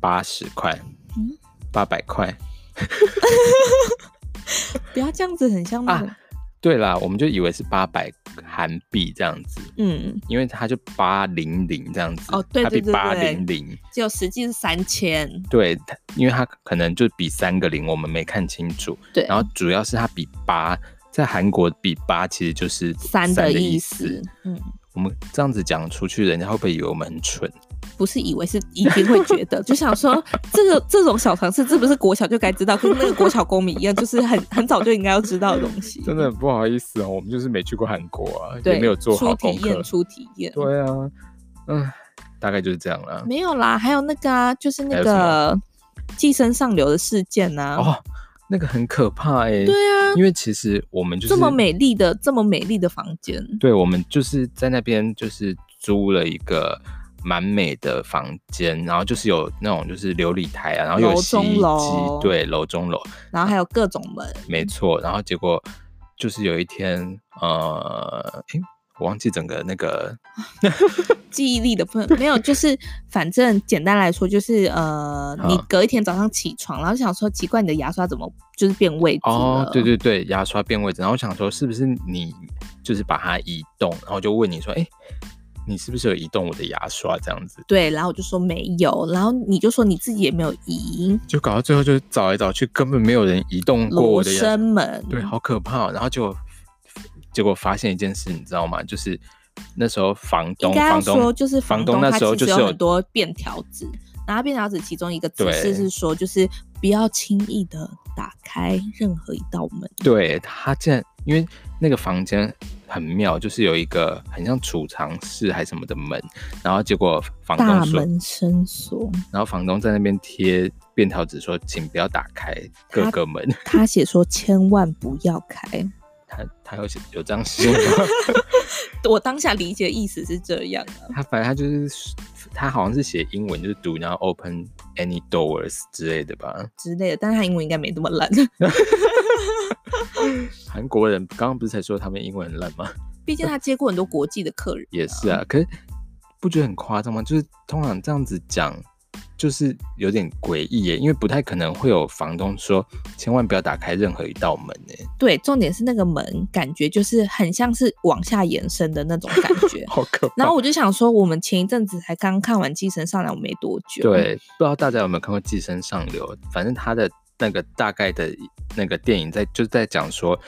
Speaker 1: 八十块
Speaker 2: 嗯，
Speaker 1: 八百块。
Speaker 2: 不要这样子，很像那个、
Speaker 1: 啊对啦，我们就以为是八百韩币这样子，
Speaker 2: 嗯，
Speaker 1: 因为他就八零零这样子，
Speaker 2: 哦对
Speaker 1: 他比
Speaker 2: 对对
Speaker 1: 八
Speaker 2: 对
Speaker 1: 零零，
Speaker 2: 只有实际是三千，
Speaker 1: 对，他因为他可能就比三个零，我们没看清楚，
Speaker 2: 对，
Speaker 1: 然后主要是它比八，在韩国比八其实就是
Speaker 2: 三
Speaker 1: 的
Speaker 2: 的意
Speaker 1: 思。
Speaker 2: 思，嗯，
Speaker 1: 我们这样子讲出去，人家会不会以为我们很蠢？
Speaker 2: 不是以为是一定会觉得，就想说这个这种小常识，是不是国小就该知道，跟那个国小公民一样，就是很很早就应该要知道的东西。
Speaker 1: 真的很不好意思哦，我们就是没去过韩国啊，
Speaker 2: 对，
Speaker 1: 也没有做好
Speaker 2: 初
Speaker 1: 功
Speaker 2: 体验，
Speaker 1: 课。
Speaker 2: 初体验，
Speaker 1: 对啊，嗯，大概就是这样啦。
Speaker 2: 没有啦，还有那个啊，就是
Speaker 1: 还
Speaker 2: 那
Speaker 1: 有什
Speaker 2: 个
Speaker 1: 么
Speaker 2: 寄生上流的事件呐、
Speaker 1: 哦，那个很可怕哎、
Speaker 2: 啊对啊，
Speaker 1: 因为其实我们就是
Speaker 2: 这么，美丽的这么美丽的房间，
Speaker 1: 对我们就是在那边就是租了一个。蛮美的房间，然后就是有那种就是琉璃台啊，然后有
Speaker 2: 楼
Speaker 1: 洗
Speaker 2: 中
Speaker 1: 衣
Speaker 2: 楼
Speaker 1: 机，对，楼中楼，
Speaker 2: 然后还有各种门，
Speaker 1: 没错，然后结果就是有一天，呃，诶，我忘记整个那个，
Speaker 2: 记忆力的部分没有，就是 反正简单来说就是呃，
Speaker 1: 好
Speaker 2: 你隔一天早上起床，然后想说奇怪你的牙刷怎么就是变位置
Speaker 1: 哦
Speaker 2: 了，
Speaker 1: 对对对，牙刷变位置，然后我想说是不是你就是把它移动，然后就问你说，诶，你是不是有移动我的牙刷这样子？
Speaker 2: 对，然后我就说没有，然后你就说你自己也没有移
Speaker 1: 就搞到最后就找来找去，根本没有人移动过
Speaker 2: 罗
Speaker 1: 我的牙刷，
Speaker 2: 生门，
Speaker 1: 对，好可怕、哦。然后就结果发现一件事，你知道吗？就是那时候房
Speaker 2: 应
Speaker 1: 东，
Speaker 2: 该要
Speaker 1: 房
Speaker 2: 说
Speaker 1: 东
Speaker 2: 就是
Speaker 1: 房
Speaker 2: 东
Speaker 1: 那
Speaker 2: 他
Speaker 1: 时候
Speaker 2: 其
Speaker 1: 就
Speaker 2: 实
Speaker 1: 是
Speaker 2: 有很多便条纸，然后便条纸其中一个指示
Speaker 1: 对
Speaker 2: 是说就是不要轻易的打开任何一道门，
Speaker 1: 对他竟然，因为那个房间很妙，就是有一个很像储藏室还什么的门，然后结果房
Speaker 2: 大
Speaker 1: 东说，
Speaker 2: 门深锁，
Speaker 1: 然后房东在那边贴便条纸说，请不要打开各
Speaker 2: 他
Speaker 1: 个门。
Speaker 2: 他写说千万不要开。
Speaker 1: 他他有写有这样写吗？
Speaker 2: 我当下理解意思是这样啊，
Speaker 1: 他反正他就是他好像是写英文，就是读然后 open any doors 之类的吧。
Speaker 2: 之类的，但是他英文应该没那么烂，
Speaker 1: 韩国人刚刚不是才说他们英文很烂吗？
Speaker 2: 毕竟他接过很多国际的客人。
Speaker 1: 也是啊，可是不觉得很夸张吗？就是通常这样子讲，就是有点诡异耶，因为不太可能会有房东说千万不要打开任何一道门耶，。
Speaker 2: 对，重点是那个门感觉就是很像是往下延伸的那种感觉
Speaker 1: 好可怕。
Speaker 2: 然后我就想说，我们前一阵子才刚看完《寄生上来》，我没多久。
Speaker 1: 对，不知道大家有没有看过《寄生上流》？反正他的那个大概的那个电影在就是在讲说，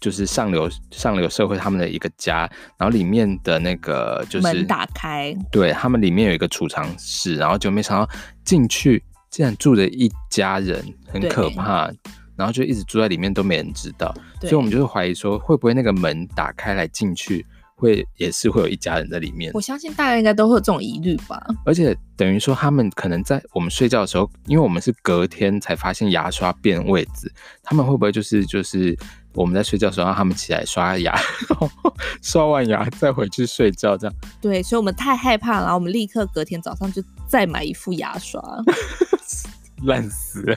Speaker 1: 就是上流上流社会他们的一个家，然后里面的那个就是
Speaker 2: 门打开，
Speaker 1: 对他们里面有一个储藏室，然后就没想到进去竟然住着一家人，很
Speaker 2: 对
Speaker 1: 可怕。然后就一直住在里面都没人知道，所
Speaker 2: 对，
Speaker 1: 以我们就是怀疑说，会不会那个门打开来进去，会也是会有一家人在里面
Speaker 2: 我。相信大家应该都会有这种疑虑吧？
Speaker 1: 而且等于说，他们可能在我们睡觉的时候，因为我们是隔天才发现牙刷变位置，他们会不会就是就是我们在睡觉的时候，让他们起来刷牙， 然后刷完牙再回去睡觉，这样
Speaker 2: 对，所以我们太害怕了，然后我们立刻隔天早上就再买一副牙刷。
Speaker 1: 烂死了。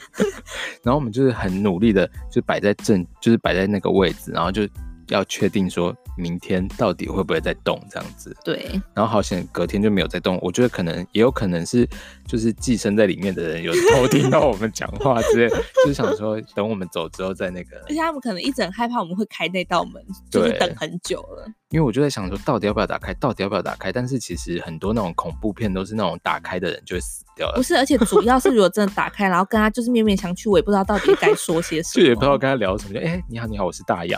Speaker 1: 然后我们就是很努力的，就摆在正，就是摆在那个位置，然后就要确定说明天到底会不会再动这样子。
Speaker 2: 对，
Speaker 1: 然后好险隔天就没有再动。我觉得可能也有可能是就是寄生在里面的人有偷听到我们讲话之类，就是想说等我们走之后再那个
Speaker 2: 而。且他们可能一直很害怕我们会开那道门，就是
Speaker 1: 对
Speaker 2: 等很久了。
Speaker 1: 因为我就在想说到底要不要打开，到底要不要打开？但是其实很多那种恐怖片都是那种打开的人就会死掉
Speaker 2: 不
Speaker 1: 了。
Speaker 2: 是，而且主要是如果真的打开，然后跟他就是面面相觑，我也不知道到底该说 些什
Speaker 1: 就
Speaker 2: 么。
Speaker 1: 也不知道跟他聊什么，就哎、你好你好，我是大洋，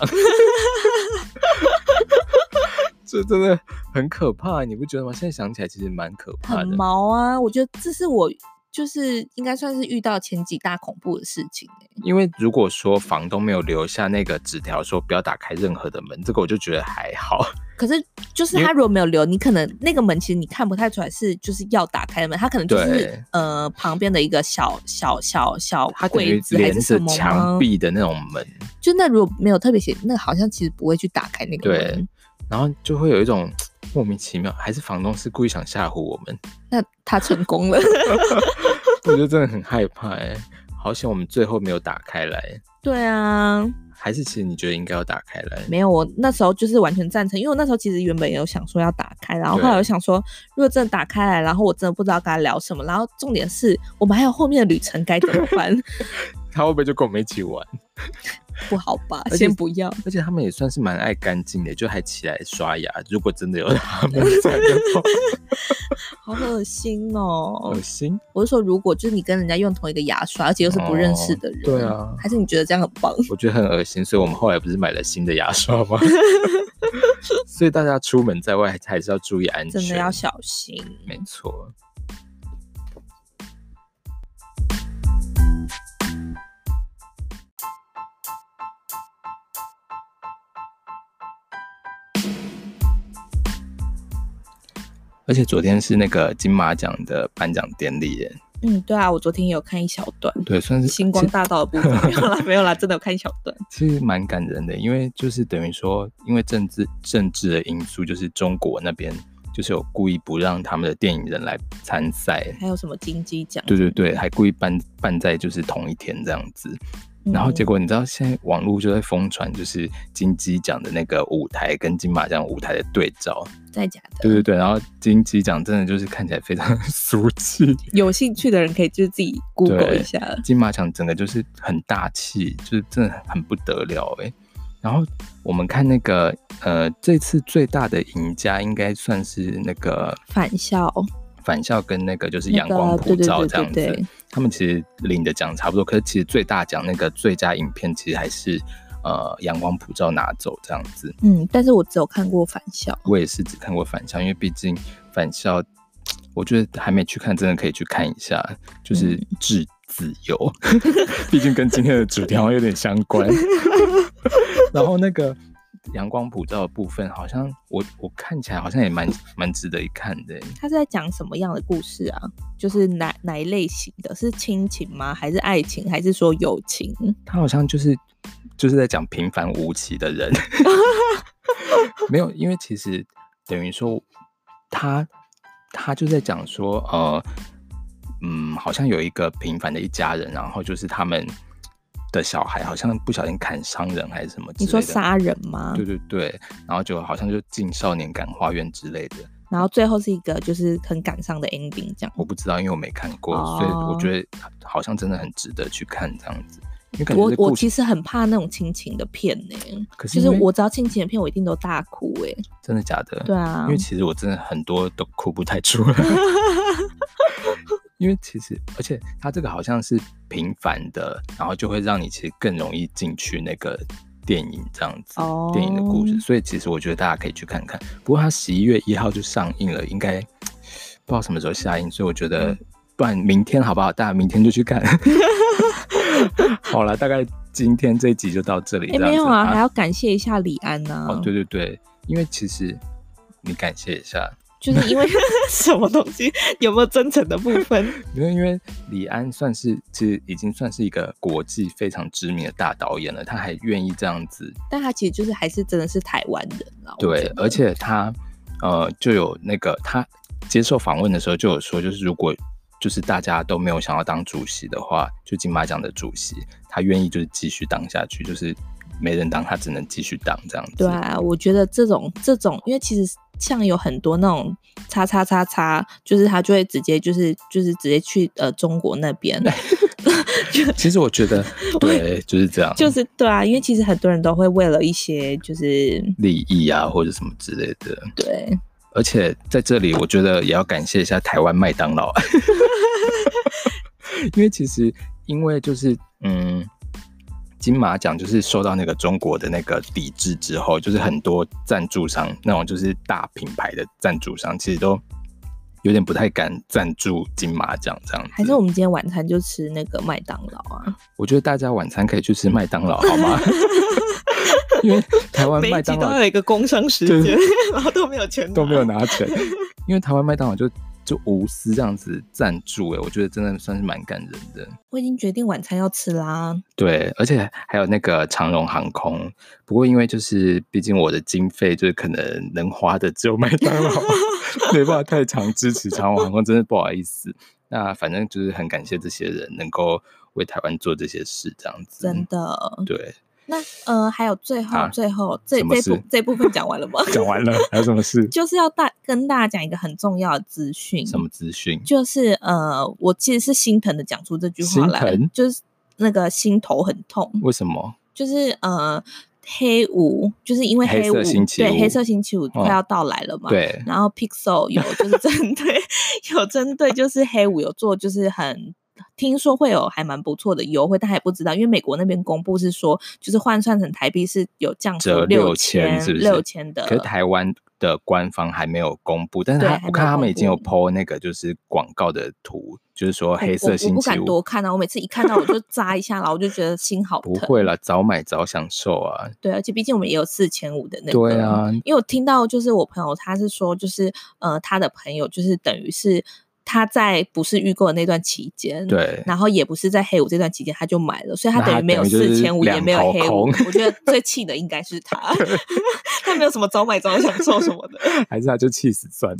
Speaker 1: 这真的很可怕，欸你不觉得吗？现在想起来其实蛮可怕
Speaker 2: 很
Speaker 1: 的。
Speaker 2: 毛啊！我觉得这是我就是应该算是遇到前几大恐怖的事情、欸、
Speaker 1: 因为如果说房东没有留下那个纸条说不要打开任何的门，这个我就觉得还好。
Speaker 2: 可是就是
Speaker 1: 因为
Speaker 2: 他如果没有留，你可能那个门其实你看不太出来是就是要打开的门，他可能就
Speaker 1: 对
Speaker 2: 是呃旁边的一个小小小小
Speaker 1: 它等
Speaker 2: 啊柜
Speaker 1: 于
Speaker 2: 子还
Speaker 1: 连
Speaker 2: 是
Speaker 1: 着
Speaker 2: 什么
Speaker 1: 墙
Speaker 2: 吗？
Speaker 1: 壁的那种门，
Speaker 2: 就那如果没有特别写，那好像其实不会去打开那个
Speaker 1: 对
Speaker 2: 门。
Speaker 1: 然后就会有一种莫名其妙，还是房东是故意想吓唬我们？
Speaker 2: 那他成功了。
Speaker 1: 我觉得真的很害怕哎、好险我们最后没有打开来，
Speaker 2: 对啊，
Speaker 1: 还是其实你觉得应该要打开来？
Speaker 2: 没有，我那时候就是完全赞成，因为我那时候其实原本也有想说要打开，然后
Speaker 1: 对
Speaker 2: 后来我想说，如果真的打开来，然后我真的不知道跟他聊什么，然后重点是我们还有后面的旅程该怎么 办？
Speaker 1: 他会不会就跟我们一起玩？
Speaker 2: 不好吧，
Speaker 1: 而且
Speaker 2: 先不要。
Speaker 1: 而且他们也算是蛮爱干净的，就还起来刷牙。如果真的有
Speaker 2: 哦
Speaker 1: 他们在的话，
Speaker 2: 好恶心哦
Speaker 1: 恶！心。
Speaker 2: 我是说，如果就是你跟人家用同一个牙刷，而且又是不认识的人，
Speaker 1: 哦对啊
Speaker 2: 还是你觉得这样很棒？
Speaker 1: 我觉得很恶心，所以我们后来不是买了新的牙刷 吗？ 所以大家出门在外还是要注意安全，
Speaker 2: 真的要小心。
Speaker 1: 没错。而且昨天是那个金马奖的颁奖典礼耶，
Speaker 2: 嗯，对啊，我昨天也有看一小段
Speaker 1: 对，算是
Speaker 2: 星光大道的部分，没有 啦，没有啦，真的有看一小段。
Speaker 1: 其实蛮感人的，因为就是等于说，因为政治政治的因素，就是中国那边就是有故意不让他们的电影人来参赛，
Speaker 2: 还有什么金鸡奖？
Speaker 1: 对对对，还故意办办在就是同一天这样子。
Speaker 2: 嗯，
Speaker 1: 然后结果你知道，现在网络就在疯传，就是金鸡奖的那个舞台跟金马奖舞台的对照，
Speaker 2: 再假的，
Speaker 1: 对对对，然后金鸡奖真的就是看起来非常 俗气，
Speaker 2: 有兴趣的人可以就是自己 Google
Speaker 1: 对
Speaker 2: 一下。
Speaker 1: 金马奖整个就是很大气，就是真的很不得了哎、然后我们看那个呃，这次最大的赢家应该算是那个
Speaker 2: 返校，
Speaker 1: 返校跟那个就是
Speaker 2: 那
Speaker 1: 阳光
Speaker 2: 个啊
Speaker 1: 普
Speaker 2: 对对
Speaker 1: 照
Speaker 2: 对
Speaker 1: 这样子，
Speaker 2: 对对
Speaker 1: 他们其实领的奖差不多，可是其实最大奖那个最佳影片其实还是呃阳光普照拿走这样子。
Speaker 2: 嗯，但是我只有看过返校，
Speaker 1: 我也是只看过返校，因为毕竟返校，我觉得还没去看，真的可以去看一下，就是
Speaker 2: 嗯
Speaker 1: 致自由， 毕竟跟今天的主题好像有点相关。 然后那个阳光普照的部分，好像我我看起来好像也蛮蛮值得一看的欸耶。
Speaker 2: 他是在讲什么样的故事啊？就是哪哪一类型的？是亲情吗？还是爱情？还是说友情？
Speaker 1: 他好像就是就是在讲平凡无奇的 人，没有，因为其实等于说他他就在讲说呃嗯，好像有一个平凡的一家人，然后就是他们的小孩好像不小心砍伤人还是什么之类的，
Speaker 2: 你说杀人吗
Speaker 1: 对？对对，然后就好像就进少年感化院之类的，
Speaker 2: 然后最后是一个就是很感伤的 ending 这样。
Speaker 1: 我不知道，因为我没看过，
Speaker 2: 哦
Speaker 1: 所以我觉得好像真的很值得去看这样子。因为感觉
Speaker 2: 我
Speaker 1: 这
Speaker 2: 我
Speaker 1: 故事，
Speaker 2: 其实很怕那种亲情的片呢、
Speaker 1: 可是
Speaker 2: 就
Speaker 1: 因
Speaker 2: 是
Speaker 1: 为
Speaker 2: 我只要亲情的片，我一定都大哭哎、
Speaker 1: 真的假的？
Speaker 2: 对啊
Speaker 1: 因为，其实我真的很多都哭不太 出来，因为其实而且它这个好像是平凡的，然后就会让你其实更容易进去那个电影这样子，
Speaker 2: 哦
Speaker 1: 电影的故事。所以其实我觉得大家可以去看看。不过它十一月一号就上映了，应该不知道什么时候下映，所以我觉得
Speaker 2: 嗯
Speaker 1: 不然明天好不好？大家明天就去 看。好了，大概今天这一集就到这里。
Speaker 2: 哎、
Speaker 1: 这样
Speaker 2: 没有
Speaker 1: 子
Speaker 2: 啊，还要感谢一下李安啊呐、
Speaker 1: 哦，对对对，因为其实你感谢一下，
Speaker 2: 就是因 为什么东西有没有真诚的部分？
Speaker 1: 因为因为李安算是其实已经算是一个国际非常知名的大导演了，他还愿意这样子，
Speaker 2: 但他其实就是还是真的是台湾人啦。我
Speaker 1: 对
Speaker 2: 觉，得
Speaker 1: 而且他呃就有那个他接受访问的时候就有说，就是如果就是大家都没有想要当主席的话，就金马奖的主席，他愿意就是继续当下去，就是没人当他只能继续当这样子。
Speaker 2: 对啊，我觉得这种这种，因为其实像有很多那种叉叉叉叉，就是他就会直接就是就是直接去呃中国那 边，
Speaker 1: 其实我觉 得对，就是这样，
Speaker 2: 就是对啊，因为其实很多人都会为了一些就是
Speaker 1: 利益啊或者什么之类的。
Speaker 2: 对，
Speaker 1: 而且在这里，我觉得也要感谢一下台湾麦当 劳，因为其实因为就是嗯，金马奖就是受到那个中国的那个抵制之后，就是很多赞助商那种就是大品牌的赞助商，其实都有点不太敢赞助金马奖这样子。
Speaker 2: 还是我们今天晚餐就吃那个麦当劳啊，
Speaker 1: 我觉得大家晚餐可以去吃麦当劳，好 吗？因为台湾哦麦当劳
Speaker 2: 一个工商时
Speaker 1: 间 对，
Speaker 2: 然后都没有 钱
Speaker 1: 都没有拿钱，因为台湾麦当劳就就无私这样子赞助、欸，我觉得真的算是蛮感人的。
Speaker 2: 我已经决定晚餐要吃啦，
Speaker 1: 对，而且还有那个长荣航空，不过因为就是毕竟我的经费就是可能能花的只有麦当 劳，没办法太常支持长荣航空，真的不好意思。那反正就是很感谢这些人能够为台湾做这些事，这样子。
Speaker 2: 真的。
Speaker 1: 对，
Speaker 2: 那呃，还有最后、
Speaker 1: 啊
Speaker 2: 最后这
Speaker 1: 什么
Speaker 2: 这
Speaker 1: 事
Speaker 2: 部这部分讲完了吗？
Speaker 1: 讲完了，还有什么事？
Speaker 2: 就是要大跟大家讲一个很重要的资讯，
Speaker 1: 什么资讯？
Speaker 2: 就是呃，我其实是心疼的讲出这句话来
Speaker 1: 心疼，
Speaker 2: 就是那个心头很痛，
Speaker 1: 为什么？
Speaker 2: 就是呃。黑五就是因为
Speaker 1: 黑
Speaker 2: 黑
Speaker 1: 色
Speaker 2: 五
Speaker 1: 星期
Speaker 2: 对
Speaker 1: 五
Speaker 2: 黑色星期五
Speaker 1: 嗯
Speaker 2: 快要到来了嘛，
Speaker 1: 对，
Speaker 2: 然后 Pixel 有就是 针对有针对就是黑五有做就是很。听说会有还蛮不错的优惠，但还不知道，因为美国那边公布是说，就是换算成台币是有降幅
Speaker 1: 折
Speaker 2: 六
Speaker 1: 6000是不是
Speaker 2: 六千的，
Speaker 1: 可是台湾的官方还没有公布，但是
Speaker 2: 对
Speaker 1: 他
Speaker 2: 还
Speaker 1: 我
Speaker 2: 没
Speaker 1: 看
Speaker 2: 有
Speaker 1: 他们
Speaker 2: 公
Speaker 1: 已经有
Speaker 2: 布
Speaker 1: PO 那个就是广告的图，就是说
Speaker 2: 我
Speaker 1: 黑色
Speaker 2: 我我
Speaker 1: 星
Speaker 2: 不
Speaker 1: 期
Speaker 2: 敢多
Speaker 1: 五。
Speaker 2: 看啊，我每次一看到我就 扎一下，然后我就觉得心好疼。
Speaker 1: 不会了，早买早享受啊！
Speaker 2: 对，而且毕竟我们也有四千五的那个。
Speaker 1: 对啊，
Speaker 2: 因为我听到就是我朋友他是说，就是呃他的朋友就是等于是他在不是预购的那段期间，
Speaker 1: 对，
Speaker 2: 然后也不是在黑五这段期间他就买了，所以他
Speaker 1: 那他
Speaker 2: 等于没有
Speaker 1: 等于就是
Speaker 2: 四千五，也
Speaker 1: 两
Speaker 2: 没有
Speaker 1: 头
Speaker 2: 黑五。
Speaker 1: 空
Speaker 2: 我觉得最气的应该是 他，他没有什么早买早享受什么的。
Speaker 1: 还是他就气死 算了。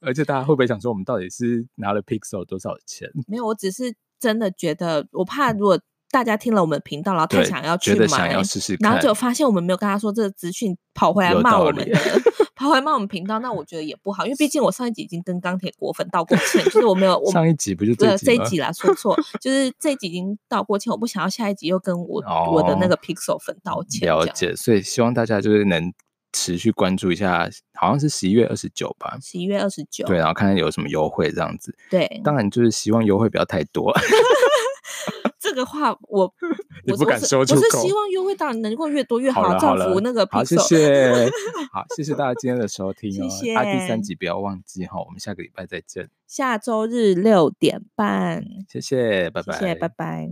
Speaker 1: 而且大家会不会想说，我们到底是拿了 Pixel 多少钱？
Speaker 2: 没有，我只是真的觉得，我怕如果大家听了我们的频道，然后太
Speaker 1: 对，
Speaker 2: 想要去
Speaker 1: 觉
Speaker 2: 买，
Speaker 1: 得想要试试
Speaker 2: 然
Speaker 1: 看，
Speaker 2: 后就发现我们没有跟他说这个资讯，跑回来
Speaker 1: 有
Speaker 2: 骂
Speaker 1: 道
Speaker 2: 我
Speaker 1: 理
Speaker 2: 们的，跑回来骂我们频道，那我觉得也不好，因为毕竟我上一集已经跟钢铁果粉道过歉，就是我没有我
Speaker 1: 上一集不就
Speaker 2: 呃
Speaker 1: 这集
Speaker 2: 这一
Speaker 1: 吗？
Speaker 2: 集啦，说错，就是这一集已经道过歉，我不想要下一集又跟我、我的那
Speaker 1: 哦
Speaker 2: 个 Pixel 粉道歉，
Speaker 1: 了，解，所以希望大家就是能持续关注一下，好像是十一月二十九吧，
Speaker 2: 十一月二十九，
Speaker 1: 对，然后看看有什么优惠这样子。
Speaker 2: 对，
Speaker 1: 当然就是希望优惠不要太多。
Speaker 2: 这个话我
Speaker 1: 你
Speaker 2: 我
Speaker 1: 不
Speaker 2: 我
Speaker 1: 敢
Speaker 2: 是
Speaker 1: 说
Speaker 2: 我
Speaker 1: 出
Speaker 2: 是
Speaker 1: 口
Speaker 2: 希望优惠当然能够越多越
Speaker 1: 好了
Speaker 2: 造
Speaker 1: 好了
Speaker 2: 福那个
Speaker 1: 好，谢
Speaker 2: Pixel。
Speaker 1: 谢， 好，谢谢大家今天的收听
Speaker 2: 谢
Speaker 1: 哦。
Speaker 2: 谢
Speaker 1: 啊，第三集不要忘记哈、我们下个礼拜再见，
Speaker 2: 下周日六点半，
Speaker 1: 谢谢，拜拜，
Speaker 2: 谢谢，拜拜。